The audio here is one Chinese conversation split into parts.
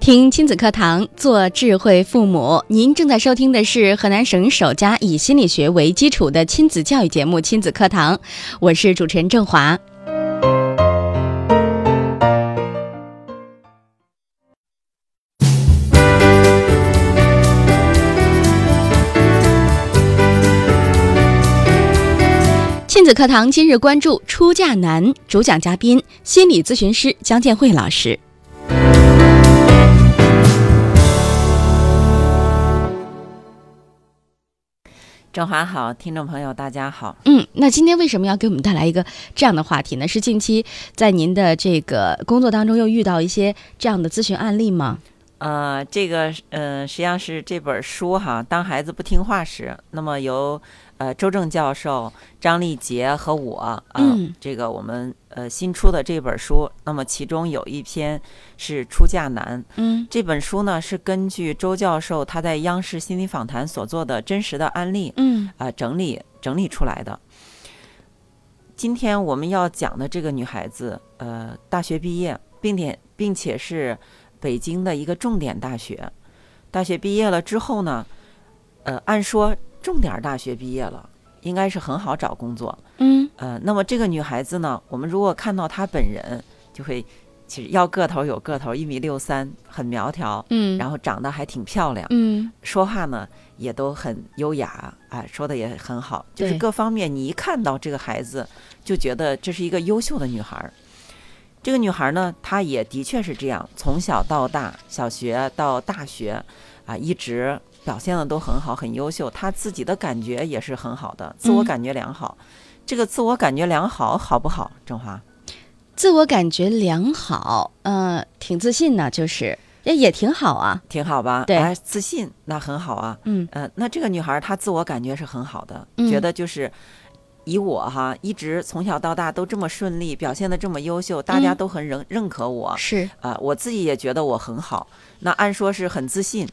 听亲子课堂，做智慧父母。您正在收听的是河南省首家以心理学为基础的亲子教育节目《亲子课堂》，我是主持人郑华。亲子课堂今日关注出嫁难，主讲嘉宾心理咨询师姜建慧老师。郑华好，听众朋友大家好。嗯，那今天为什么要给我们带来一个这样的话题呢？是近期在您的这个工作当中又遇到一些这样的咨询案例吗？呃，这个呃，实际上是这本书哈，《当孩子不听话时》，那么由呃周正教授、张立杰和我啊、呃嗯这个我们呃新出的这本书，那么其中有一篇是《出嫁难》，嗯这本书呢是根据周教授他在央视心理访谈所做的真实的案例，嗯啊、整理整理出来的。今天我们要讲的这个女孩子，呃，大学毕业，并且并且是北京的一个重点大学。大学毕业了之后呢，呃，按说重点大学毕业了，应该是很好找工作。嗯呃，那么这个女孩子呢，我们如果看到她本人，就会其实要个头有个头，一米六三，很苗条，嗯，然后后长得还挺漂亮。嗯说话呢也都很优雅啊，说的也很好，就是对各方面你一看到这个孩子，就觉得这是一个优秀的女孩儿。这个女孩儿呢，她也的确是这样，从小到大，小学到大学，啊，一直表现的都很好，很优秀。她自己的感觉也是很好的，自我嗯感觉良好。这个自我感觉良好好不好，郑华？自我感觉良好，呃，挺自信呢，就是也也挺好啊。挺好吧？对哎，自信那很好啊。嗯呃，那这个女孩儿她自我感觉是很好的，嗯觉得就是以我哈，一直从小到大都这么顺利，表现的这么优秀，大家嗯都很认、认可我啊、是我自己也觉得我很好，那按说是很自信，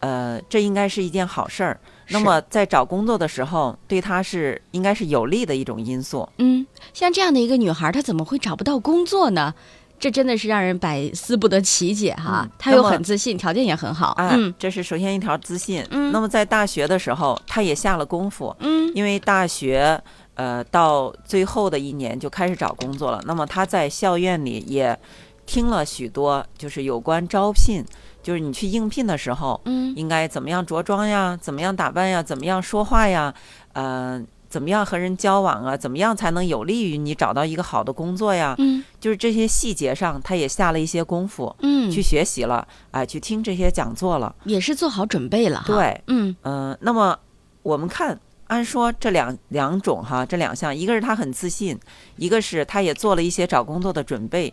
呃，这应该是一件好事儿。那是么在找工作的时候，对她是应该是有利的一种因素。嗯，像这样的一个女孩，她怎么会找不到工作呢？这真的是让人百思不得其解哈。嗯她又那么很自信，条件也很好。哎，嗯这是首先一条自信。嗯那么在大学的时候，她也下了功夫，嗯因为大学呃到最后的一年就开始找工作了，那么他在校园里也听了许多，就是有关招聘，就是你去应聘的时候嗯应该怎么样着装呀，怎么样打扮呀，怎么样说话呀，呃，怎么样和人交往啊，怎么样才能有利于你找到一个好的工作呀？嗯就是这些细节上，他也下了一些功夫。嗯，去学习了，啊、去听这些讲座了。也是做好准备了哈。对，嗯嗯，那么我们看，按说这两两种哈，这两项，一个是他很自信，一个是他也做了一些找工作的准备，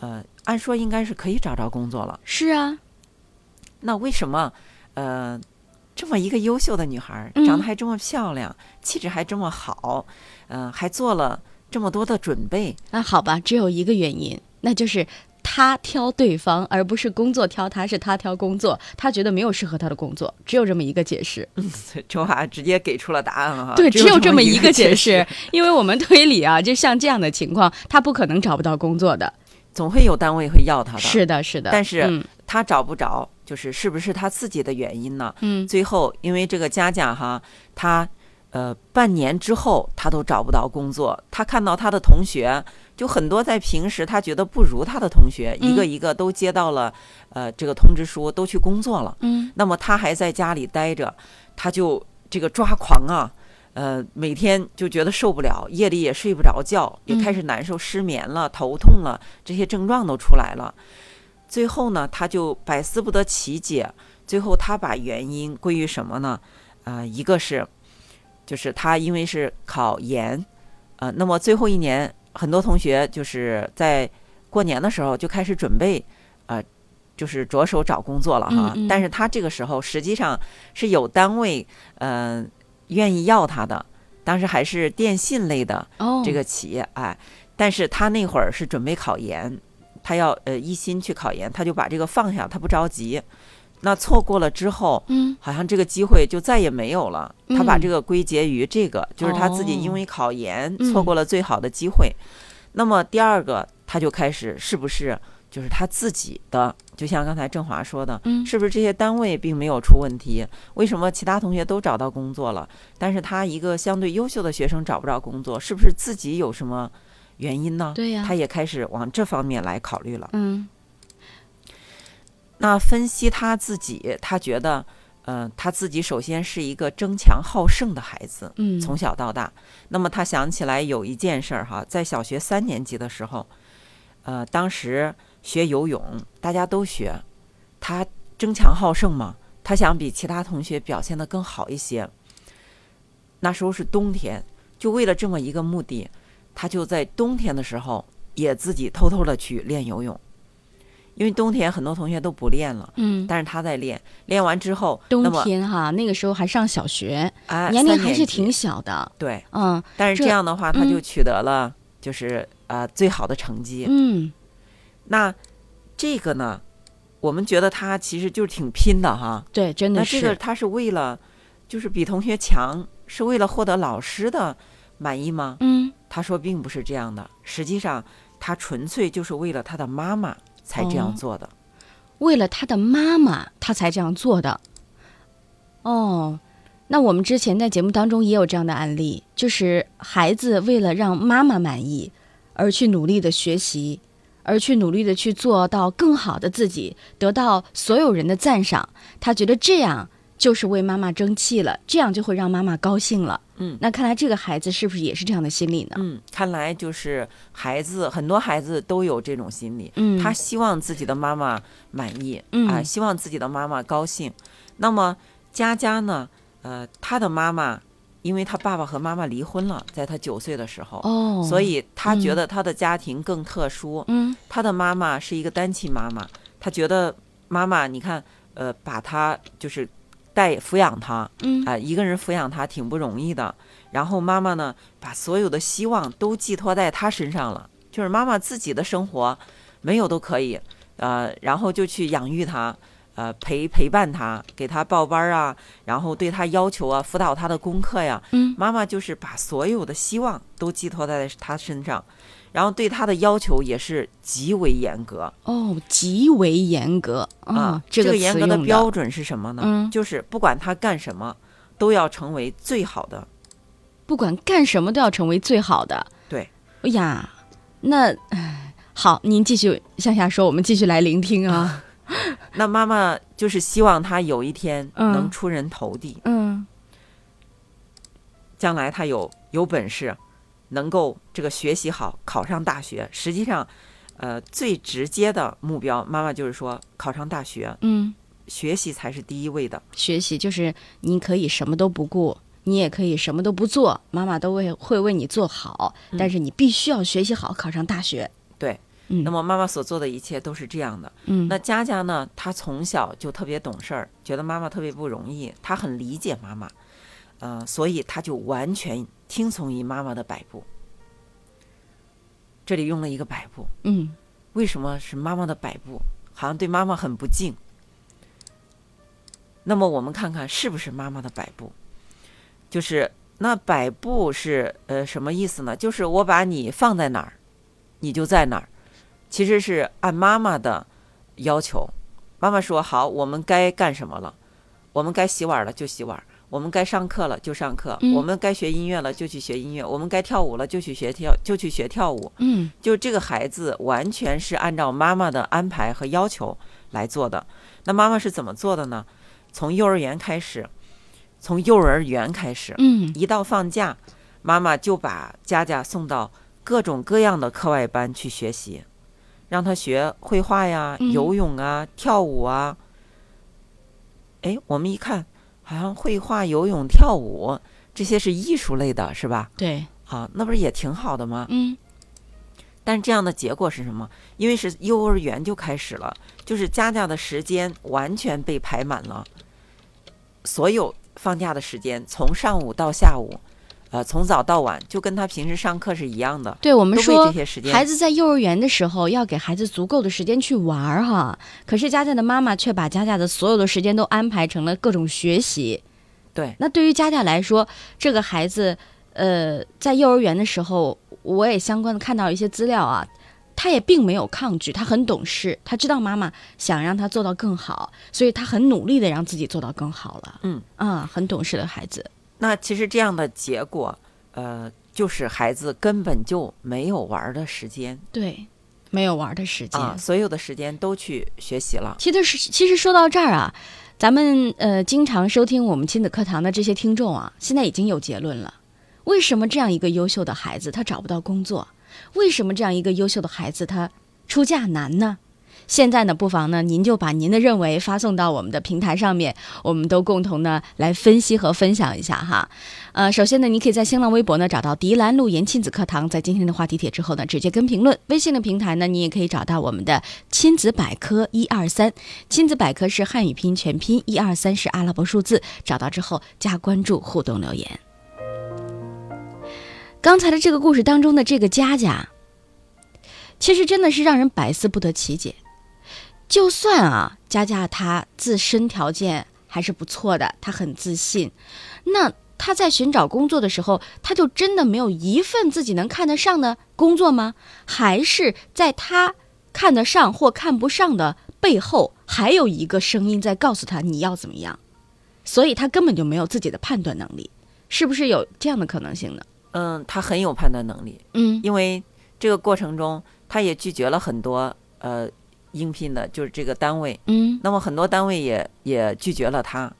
呃，按说应该是可以找着工作了。，是啊，那为什么，呃，这么一个优秀的女孩儿，嗯长得还这么漂亮，气质还这么好，呃，还做了这么多的准备，那好吧，只有一个原因，那就是他挑对方，而不是工作挑他，是他挑工作，他觉得没有适合他的工作，只有这么一个解释。周华直接给出了答案了哈。对，只有这么一一个解释释，，因为我们推理啊，就像这样的情况，他不可能找不到工作的。总会有单位会要他的。是的，是的。但是嗯他找不着，就是是不是他自己的原因呢？嗯最后，因为这个佳佳哈，她呃半年之后她都找不到工作，她看到她的同学，就很多在平时她觉得不如她的同学，嗯一个一个都接到了呃这个通知书，都去工作了。嗯那么她还在家里待着，她就这个抓狂啊。呃，每天就觉得受不了，夜里也睡不着觉，也嗯开始难受、失眠了、头痛了，这些症状都出来了。最后呢，她就百思不得呃其解。最后，她把原因归于什么呢？啊、一个是就是他因为是考研，呃，那么最后一年，很多同学就是在过年的时候就开始准备，呃，就是着手找工作了哈。嗯嗯但是他这个时候实际上是有单位，嗯、愿意要他的，当时还是电信类的，哦，这个企业，哎，但是他那会儿是准备考研，他要呃一心去考研，他就把这个放下，他不着急。那错过了之后，嗯好像这个机会就再也没有了。他把嗯这个归结于这个，就是他自己因为考研嗯错过了最好的机会。那么第二个，他就开始是不是就是他自己的？就像刚才郑华说的，嗯是不是这些单位并没有出问题？为什么其他同学都找到工作了，但是他一个相对优秀的学生找不着工作？是不是自己有什么原因呢？对呀、他也开始往这方面来考虑了。嗯那分析他自己，他觉得，呃，他自己首先是一个争强好胜的孩子，嗯，从小到大。那么他想起来有一件事儿哈，在小学三年级的时候，呃，当时学游泳，大家都学，他争强好胜嘛，他想比其他同学表现得更好一些。那时候是冬天，就为了这么一个目的，他就在冬天的时候也自己偷偷的去练游泳，因为冬天很多同学都不练了，嗯。但是他在练，练完之后，冬那么天哈，那个时候还上小学，啊，年龄还是三级挺小的。对，嗯但是这这样的话，他嗯就取得了就是啊、呃最好的成绩。嗯那这个呢，我们觉得他其实就是挺拼的哈。对，真那的这是。个他是为了就是比同学强，是为了获得老师的满意吗？嗯，他说并不是这样的，实际上他纯粹就是为了他的妈妈才这样哦做的。为了他的妈妈，他才这样做的。哦，那我们之前在节目当中也有这样的案例，就是孩子为了让妈妈满意而去努力的学习，而去努力的去做到更好的自己，得到所有人的赞赏。他觉得这样就是为妈妈争气了，这样就会让妈妈高兴了。嗯那看来这个孩子是不是也是这样的心理呢？嗯，看来就是孩子，很多孩子都有这种心理，嗯他希望自己的妈妈满意，嗯啊，希望自己的妈妈高兴。那么佳佳呢，呃，她的妈妈，因为她爸爸和妈妈离婚了，在她九岁的时候，哦，所以她觉嗯得她的家庭更特殊，嗯她的妈妈是一个单亲妈妈，她觉得妈妈，你看，呃，把她就是带抚养她，嗯啊、一个人抚养他挺不容易的。然后妈妈呢，把所有的希望都寄托在他身上了，就是妈妈自己的生活没有都可以，呃，然后就去养育他，呃，陪陪伴他，给他报班儿啊，然后对他要求啊，辅导他的功课呀。嗯妈妈就是把所有的希望都寄托在他身上，然后对他的要求也是极为严格哦，极为严格哦啊。这个个严词格的用标准是什么呢？嗯就是不管他干什么，都要成为最好的。不管干什么都要成为最好的。对，哎呀，那唉好，您继续向下说，我们继续来聆听啊。那妈妈就是希望他有一天嗯能出人头地，嗯将来他有有本事，能够这个学习好，考上大学。实际上，呃，最直接的目标，妈妈就是说考上大学，嗯，学习才是第一位的。学习就是你可以什么都不顾，你也可以什么都不做，妈妈都为会为你做好，嗯但是你必须要学习好，考上大学。对，嗯，那么妈妈所做的一切都是这样的。嗯，那佳佳呢，她从小就特别懂事儿，觉得妈妈特别不容易，她很理解妈妈，呃，所以她就完全听从于妈妈的摆布。这里用了一个摆布，嗯为什么是妈妈的摆布，好像对妈妈很不敬？那么我们看看是不是妈妈的摆布，就是那摆布是呃什么意思呢？就是我把你放在哪儿，你就在哪儿，其实是按妈妈的要求，妈妈说好，我们该干什么了，我们该洗碗了就洗碗。我们该上课了就上课，嗯我们该学音乐了就去学音乐，我们该跳舞了就去学跳就去学跳舞。嗯就这个孩子完全是按照妈妈的安排和要求来做的。那妈妈是怎么做的呢？从幼儿园开始，从幼儿园开始，嗯一到放假，妈妈就把佳佳送到各种各样的课外班去学习，让她学绘画呀、嗯游泳啊、跳舞啊。哎，我们一看，好像绘画、游泳、跳舞这些是艺术类的，是吧？对，啊，那不是也挺好的吗？嗯，但是这样的结果是什么？因为是幼儿园就开始了，就是家教的时间完全被排满了，所有放假的时间从上午到下午，呃，从早到晚，就跟他平时上课是一样的。对我都们被说这些时间孩子在幼儿园的时候要给孩子足够的时间去玩儿哈，可是佳佳的妈妈却把佳佳的所有的时间都安排成了各种学习。对那对于佳佳来说，这个孩子，呃，在幼儿园的时候，我也相关的看到一些资料啊，他也并没有抗拒，他很懂事，他知道妈妈想让他做到更好，所以他很努力的让自己做到更好了。嗯啊、很懂事的孩子。那其实这样的结果，呃，就是孩子根本就没有玩儿的时间对，没有玩儿的时间。啊，所有的时间都去学习了。其实是，其实说到这儿啊，咱们呃经常收听我们亲子课堂的这些听众啊，现在已经有结论了。为什么这样一个优秀的孩子他找不到工作？为什么这样一个优秀的孩子他出嫁难呢？现在呢，不妨呢，您就把您的认为发送到我们的平台上面，我们都共同呢来分析和分享一下哈。呃，首先呢，你可以在新浪微博呢找到“迪兰路言亲子课堂”，在今天的话题帖之后呢，直接跟评论。微信的平台呢，你也可以找到我们的亲子百科一二三，亲子百科是汉语拼音全拼，一二三是阿拉伯数字，找到之后加关注，互动留言。刚才的这个故事当中的这个佳佳，其实真的是让人百思不得其解。就算啊，佳佳她自身条件还是不错的，她很自信，那她在寻找工作的时候，她就真的没有一份自己能看得上的工作吗？还是在她看得上或看不上的背后，还有一个声音在告诉他你要怎么样，所以他根本就没有自己的判断能力，是不是有这样的可能性呢？嗯，他很有判断能力，嗯因为这个过程中他也拒绝了很多呃应聘的，就是这个单位。嗯那么很多单位也也拒绝了他。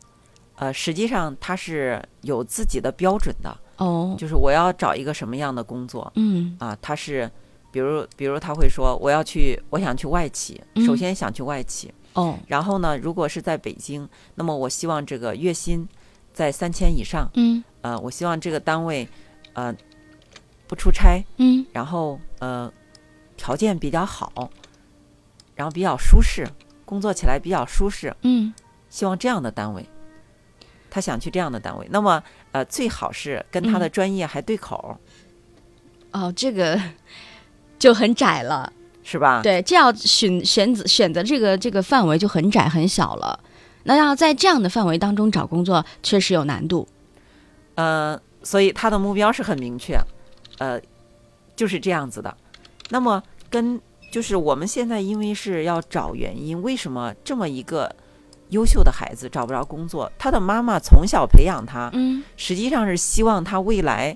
呃，实际上他是有自己的标准的，哦就是我要找一个什么样的工作嗯啊？他是，比如比如他会说我要去，我想去外企，首嗯先想去外企。哦然后呢，如果是在北京，那么我希望这个月薪在三千以上。嗯呃，我希望这个单位，呃，不出差，嗯然后呃，条件比较好，然后比较舒适，工作起来比较舒适，嗯希望这样的单位。他想去这样的单位，那么呃，最好是跟他嗯的专业还对口，哦，这个 就很窄了。是吧？对，这样选选择选择这个这个范围就很窄很小了。那要在这样的范围当中找工作，确实有难度。呃，所以他的目标是很明确，呃，就是这样子的。那么跟就是我们现在因为是要找原因，为什么这么一个优秀的孩子找不着工作？他的妈妈从小培养他，嗯实际上是希望他未来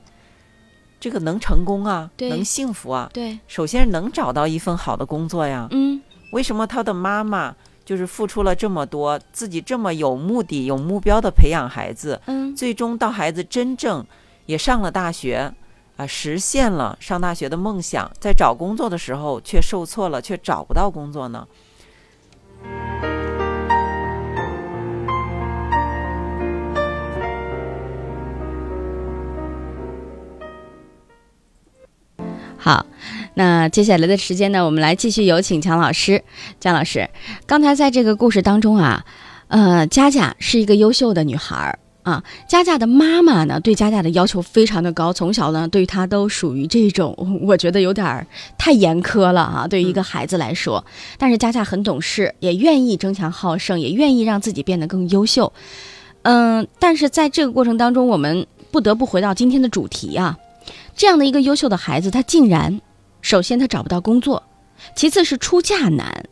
这个能成功啊，对能幸福啊。对，首先能找到一份好的工作呀。嗯为什么他的妈妈就是付出了这么多，自己这么有目的、有目标的培养孩子，嗯最终到孩子真正也上了大学，啊、实现了上大学的梦想，在找工作的时候却受挫了，却找不到工作呢？好，那接下来的时间呢，我们来继续有请蒋老师。蒋老师，刚才在这个故事当中啊，呃，佳佳是一个优秀的女孩儿啊。佳佳的妈妈呢，对佳佳的要求非常的高，从小呢，对她都属于这种，我觉得有点儿太严苛了啊，对于一个孩子来说。但是佳佳很懂事，也愿意争强好胜，也愿意让自己变得更优秀。嗯，但是在这个过程当中，我们不得不回到今天的主题啊，这样的一个优秀的孩子，他竟然，首先他找不到工作，其次是出嫁难。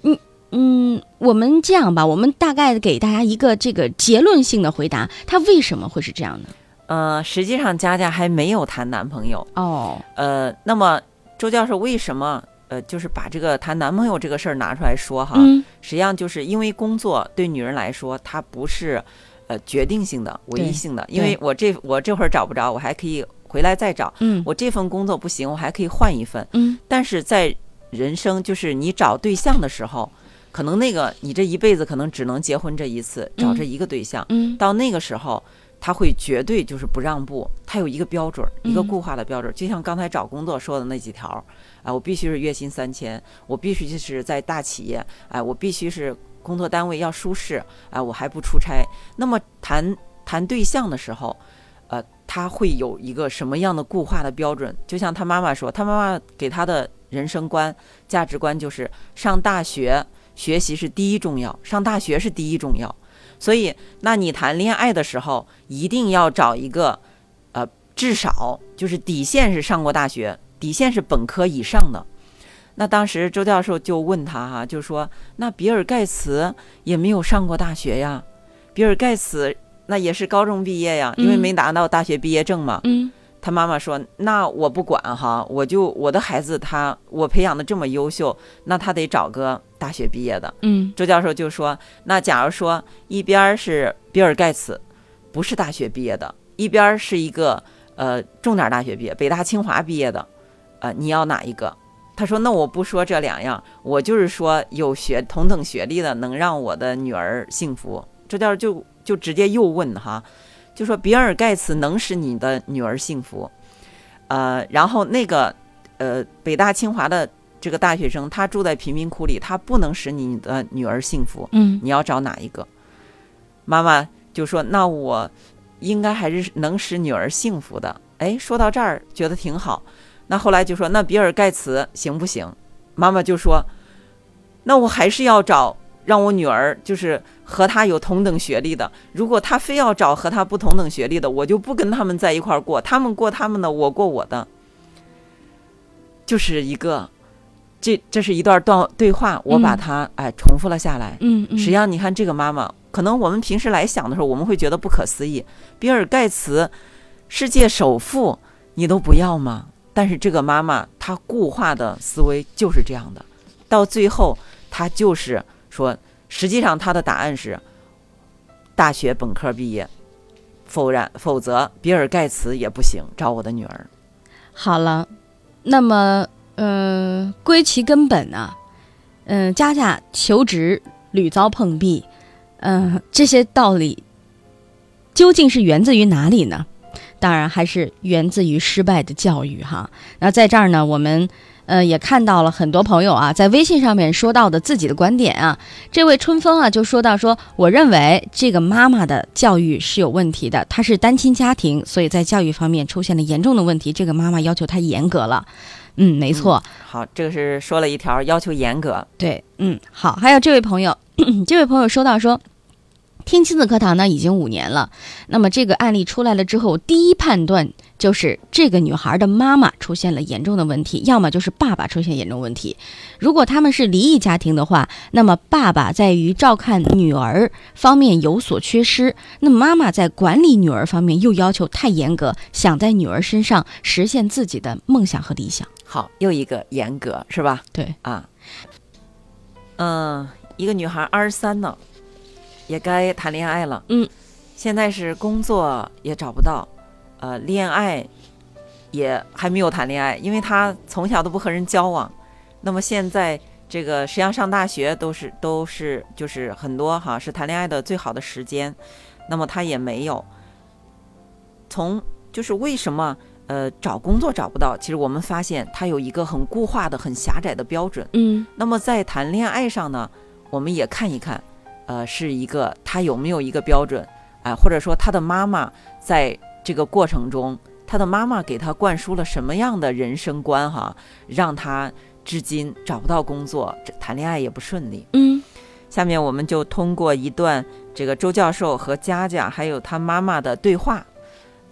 嗯嗯，我们这样吧，我们大概给大家一个这个结论性的回答，他为什么会是这样呢？呃，实际上佳佳还没有谈男朋友，哦，呃，那么周教授为什么呃就是把这个谈男朋友这个事儿拿出来说哈？嗯实际上就是因为工作对女人来说，它不是呃决定性的、唯一性的。因为我这我这会儿找不着，我还可以回来再找；嗯我这份工作不行，我还可以换一份。嗯，但是在人生，就是你找对象的时候，可能那个你这一辈子可能只能结婚这一次，找这一个对象。嗯到那个时候，他会绝对就是不让步，他有一个标准儿，一个嗯固化的标准儿。就像刚才找工作说的那几条儿，啊，我必须是月薪三千，我必须是在大企业，哎、我必须是工作单位要舒适，哎、我还不出差。那么谈谈对象的时候，呃，他会有一个什么样的固化的标准？就像他妈妈说，他妈妈给他的人生观、价值观就是上大学学习是第一重要，上大学是第一重要。所以，那你谈恋爱的时候，一定要找一个，呃，至少就是底线是上过大学，底线是本科以上的。那当时周教授就问他哈、就说那比尔盖茨也没有上过大学呀，比尔盖茨那也是高中毕业呀，因为嗯没拿到大学毕业证嘛。嗯他妈妈说：“那我不管哈，我就我的孩子他我培养的这么优秀，那他得找个大学毕业的。”嗯周教授就说：“那假如说一边儿是比尔盖茨，不是大学毕业的，一边儿是一个呃重点儿大学毕业，北大清华毕业的，呃，你要哪一个？”他说：“那我不说这两样，我就是说有学同等学历的能让我的女儿幸福。”周教授就就直接又问哈，就说比尔盖茨能使你的女儿幸福，呃，然后那个呃北大清华的这个大学生，他住在贫民窟里，他不能使你的女儿幸福，嗯你要找哪一个？妈妈就说：“那我应该还是能使女儿幸福的。”哎，说到这儿觉得挺好。那后来就说：“那比尔盖茨行不行？”妈妈就说：“那我还是要找让我女儿就是和他有同等学历的。如果他非要找和他不同等学历的，我就不跟他们在一块儿过，他们过他们的，我过我的。”就是一个，这这是一段段对话，我把嗯它、哎重复了下来。嗯嗯，实际上，你看这个妈妈，可能我们平时来想的时候，我们会觉得不可思议。比尔盖茨，世界首富，你都不要吗？但是这个妈妈，她固化的思维就是这样的，到最后，她就是说，实际上她的答案是大学本科毕业，否然否则比尔盖茨也不行，找我的女儿。好了，那么呃，归其根本呢、嗯、佳佳求职屡遭碰壁，嗯、这些道理究竟是源自于哪里呢？当然还是源自于失败的教育哈。那在这儿呢，我们呃也看到了很多朋友啊，在微信上面说到的自己的观点啊。这位春风啊就说到说，我认为这个妈妈的教育是有问题的，她是单亲家庭，所以在教育方面出现了严重的问题。这个妈妈要求太严格了，嗯，没错，好，这个是说了一条要求严格，对，嗯，好，还有这位朋友， 这位朋友说到说，听亲子课堂呢已经五年了，那么这个案例出来了之后，第一判断就是这个女孩的妈妈出现了严重的问题，要么就是爸爸出现严重问题。如果他们是离异家庭的话，那么爸爸在于照看女儿方面有所缺失，那么妈妈在管理女儿方面又要求太严格，想在女儿身上实现自己的梦想和理想。好，又一个严格是吧？对，啊，嗯，一个女孩二十三呢，也该谈恋爱了。嗯，现在是工作也找不到，呃，恋爱也还没有谈恋爱，因为她从小都不和人交往。那么现在这个实际上上大学都是都是就是很多哈是谈恋爱的最好的时间，那么她也没有。从就是为什么呃找工作找不到，其实我们发现她有一个很固化的、很狭窄的标准。嗯那么在谈恋爱上呢，我们也看一看，呃，是一个他有没有一个标准，哎、或者说他的妈妈在这个过程中，他的妈妈给他灌输了什么样的人生观哈、让他至今找不到工作，这谈恋爱也不顺利。嗯下面我们就通过一段这个周教授和佳佳还有他妈妈的对话，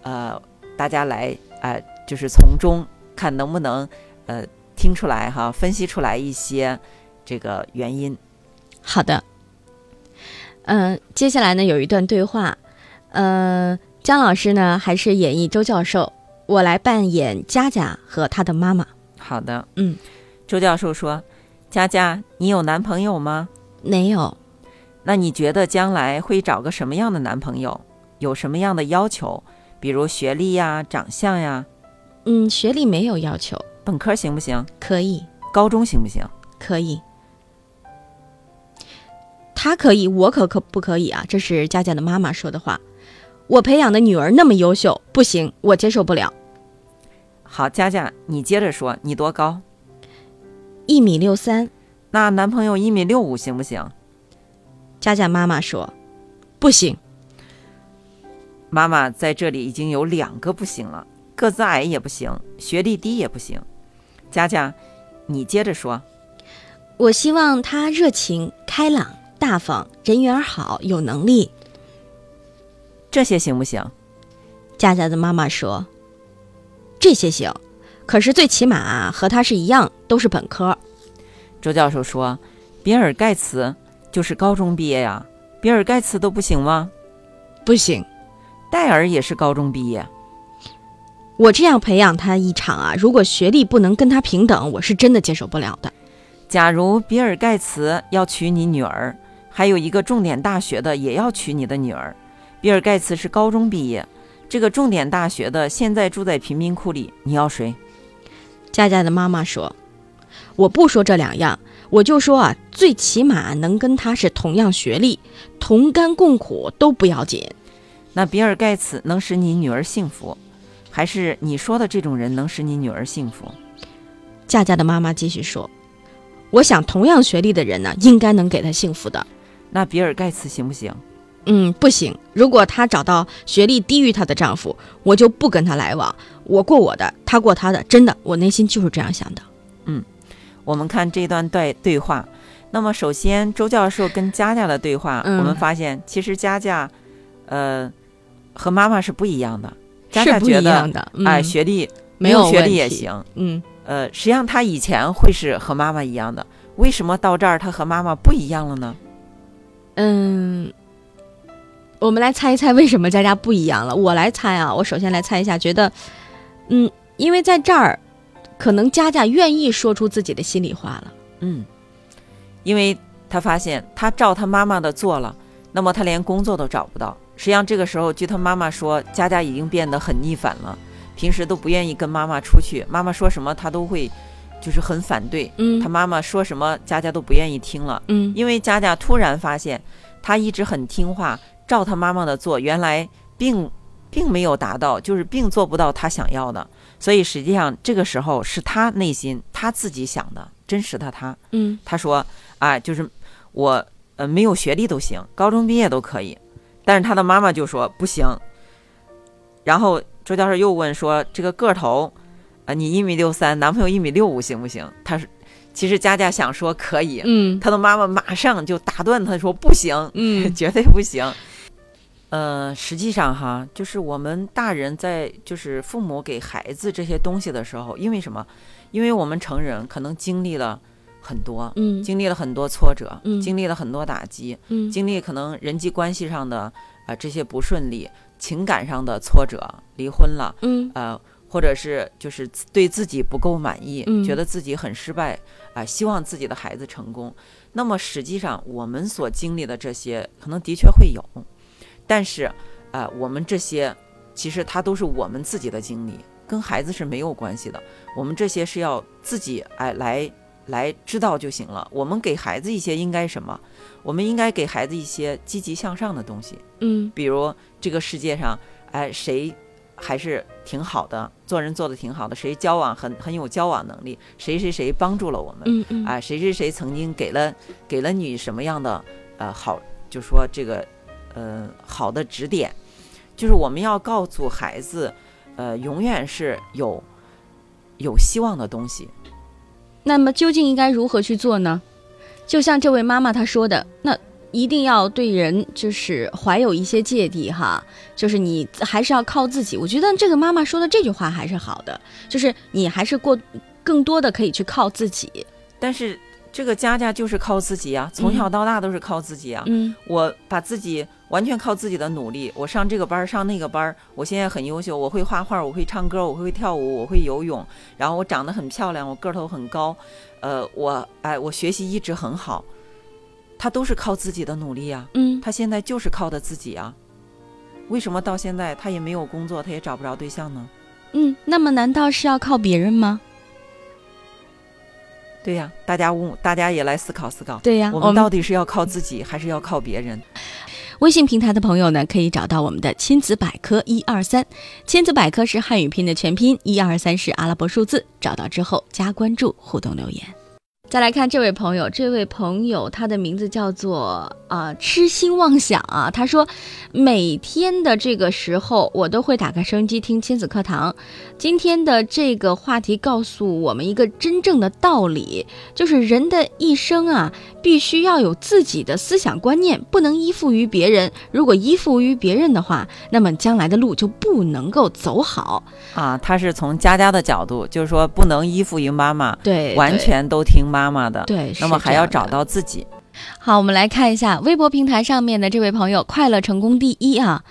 呃，大家来啊、呃就是从中看能不能呃听出来哈，分析出来一些这个原因。好的，嗯、接下来呢有一段对话，呃，姜老师呢还是演绎周教授，我来扮演佳佳和她的妈妈。好的，嗯，周教授说：“佳佳，你有男朋友吗？没有，那你觉得将来会找个什么样的男朋友？有什么样的要求？比如学历呀、长相呀，嗯，学历没有要求，本科行不行？可以，高中行不行？可以。他可以，我可可不可以啊？这是佳佳的妈妈说的话。我培养的女儿那么优秀，不行，我接受不了。好，佳佳，你接着说，你多高？一米六三，那男朋友一米六五行不行？佳佳妈妈说，不行。妈妈在这里已经有两个不行了，个子矮也不行，学历低也不行。佳佳，你接着说。我希望他热情、开朗、大方，人缘好，有能力。这些行不行？佳佳的妈妈说，这些行，可是最起码啊和他是一样，都是本科。周教授说，比尔盖茨就是高中毕业呀、比尔盖茨都不行吗？不行，戴尔也是高中毕业，我这样培养他一场啊，如果学历不能跟他平等，我是真的接受不了的。假如比尔盖茨要娶你女儿，还有一个重点大学的也要娶你的女儿。比尔盖茨是高中毕业，这个重点大学的现在住在贫民窟里，你要谁？佳佳的妈妈说：“我不说这两样，我就说啊，最起码能跟他是同样学历，同甘共苦都不要紧。那比尔盖茨能使你女儿幸福，还是你说的这种人能使你女儿幸福？”佳佳的妈妈继续说：“我想同样学历的人呢，应该能给他幸福的。那比尔盖茨行不行？嗯，不行，如果她找到学历低于她的丈夫，我就不跟他来往，我过我的，他过他的，真的，我内心就是这样想的。我们看这段对对话。那么，首先周教授跟佳佳的对话，嗯我们发现其实佳佳，呃，和妈妈是不一样的。佳佳是不一觉得，样的，嗯、哎，学历没有有学问历也题，行。嗯。”呃，实际上她以前会是和妈妈一样的，为什么到这儿她和妈妈不一样了呢？嗯，我们来猜一猜为什么佳佳不一样了。我来猜啊，我首先来猜一下，觉得，嗯，因为在这儿，可能佳佳愿意说出自己的心里话了。嗯，因为她发现她照她妈妈的做了，那么她连工作都找不到。实际上这个时候，据她妈妈说，佳佳已经变得很逆反了，平时都不愿意跟妈妈出去，妈妈说什么她都会就是很反对，嗯她妈妈说什么佳佳都不愿意听了。嗯因为佳佳突然发现，她一直很听话，照她妈妈的做，原来并并没有达到，就是并做不到她想要的。所以实际上这个时候是她内心她自己想的，真实的她。嗯她说啊，就是我呃没有学历都行，高中毕业都可以。但是她的妈妈就说不行。然后周教授又问说，这个个头，啊，你一米六三，男朋友一米六五行不行？她说，其实佳佳想说可以，嗯他的妈妈马上就打断他说：“不行，嗯， 绝对不行。”呃，实际上哈，就是我们大人在就是父母给孩子这些东西的时候，因为什么？因为我们成人可能经历了很多，嗯经历了很多挫折，嗯经历了很多打击，嗯经历可能人际关系上的啊、呃这些不顺利，情感上的挫折，离婚了，嗯呃，或者是就是自对自己不够满意，嗯觉得自己很失败啊、希望自己的孩子成功。那么实际上我们所经历的这些，可能的确会有，但是啊、我们这些其实它都是我们自己的经历，跟孩子是没有关系的。我们这些是要自己哎、来。来知道就行了。我们给孩子一些应该什么？我们应该给孩子一些积极向上的东西。嗯比如这个世界上，哎，谁还是挺好的，做人做的挺好的，谁交往很很有交往能力，谁谁谁帮助了我们，嗯嗯啊，谁谁谁曾经给了给了你什么样的呃好，就说这个呃好的指点，就是我们要告诉孩子，呃，永远是有有希望的东西。那么究竟应该如何去做呢？就像这位妈妈她说的，那一定要对人就是怀有一些芥蒂哈，就是你还是要靠自己。我觉得这个妈妈说的这句话还是好的，就是你还是过更多的可以去靠自己。但是这个佳佳就是靠自己啊，从小到大都是靠自己啊。嗯我把自己完全靠自己的努力，我上这个班儿，上那个班儿，我现在很优秀，我会画画，我会唱歌，我会跳舞，我会游泳，然后我长得很漂亮，我个头很高，呃，我哎，我学习一直很好，他都是靠自己的努力啊，嗯他现在就是靠的自己啊，为什么到现在他也没有工作，他也找不着对象呢？嗯，那么难道是要靠别人吗？对呀、大家问，大家也来思考思考，对呀、我我们们到底是要靠自己，还是要靠别人？微信平台的朋友呢，可以找到我们的亲子百科一二三，亲子百科是汉语拼的全拼，一二三是阿拉伯数字。找到之后加关注，互动留言。再来看这位朋友，这位朋友他的名字叫做啊、痴心妄想啊，他说每天的这个时候我都会打开收音机听亲子课堂。今天的这个话题告诉我们一个真正的道理，就是人的一生啊，必须要有自己的思想观念，不能依附于别人。如果依附于别人的话，那么将来的路就不能够走好。啊，他是从家家的角度，就是说不能依附于妈妈，对完全都听妈妈的。对，那么还要找到。到自己。好，我们来看一下微博平台上面的这位朋友，快乐成功第一啊，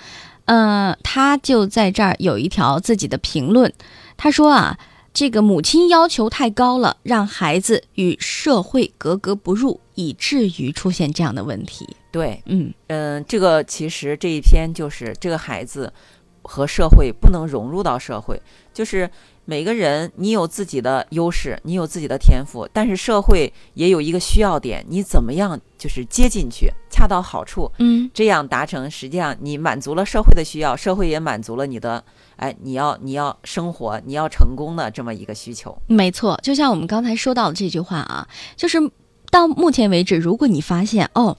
呃，他就在这儿有一条自己的评论，他说啊，这个母亲要求太高了，让孩子与社会格格不入，以至于出现这样的问题。对，嗯，嗯，这个其实这一篇就是这个孩子和社会不能融入到社会，就是每个人你有自己的优势，你有自己的天赋，但是社会也有一个需要点，你怎么样就是接进去，恰到好处，嗯，这样达成，实际上你满足了社会的需要，社会也满足了你的，哎，你要你要生活，你要成功的这么一个需求。没错，就像我们刚才说到的这句话啊，就是到目前为止，如果你发现哦，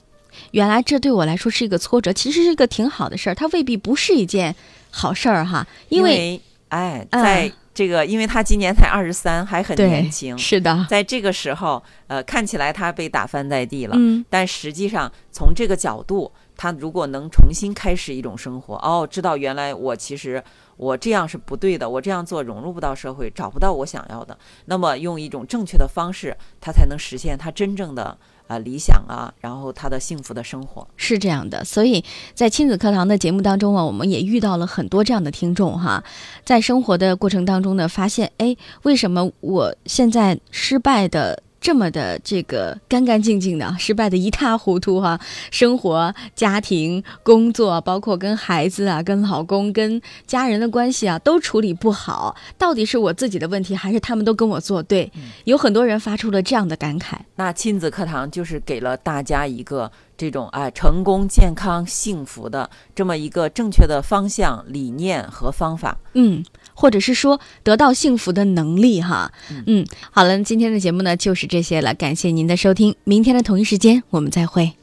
原来这对我来说是一个挫折，其实是一个挺好的事儿，它未必不是一件好事儿哈，因为哎，啊在这个，因为他今年才二十三，还很对年轻，是的，在这个时候，呃，看起来他被打翻在地了，嗯，但实际上从这个角度，他如果能重新开始一种生活，哦，知道原来我其实我这样是不对的，我这样做融入不到社会，找不到我想要的，那么用一种正确的方式，他才能实现他真正的呃理想啊，然后他的幸福的生活。是这样的，所以在亲子课堂的节目当中啊，我们也遇到了很多这样的听众哈，在生活的过程当中呢，发现哎，为什么我现在失败的这么的这个干干净净的，失败的一塌糊涂哈、生活、家庭、工作，包括跟孩子啊、跟老公、跟家人的关系啊，都处理不好，到底是我自己的问题，还是他们都跟我作对？有很多人发出了这样的感慨，那亲子课堂就是给了大家一个这种啊成功、健康、幸福的这么一个正确的方向、理念和方法。嗯，或者是说得到幸福的能力哈。嗯嗯，好了，今天的节目呢就是这些了，感谢您的收听，明天的同一时间我们再会。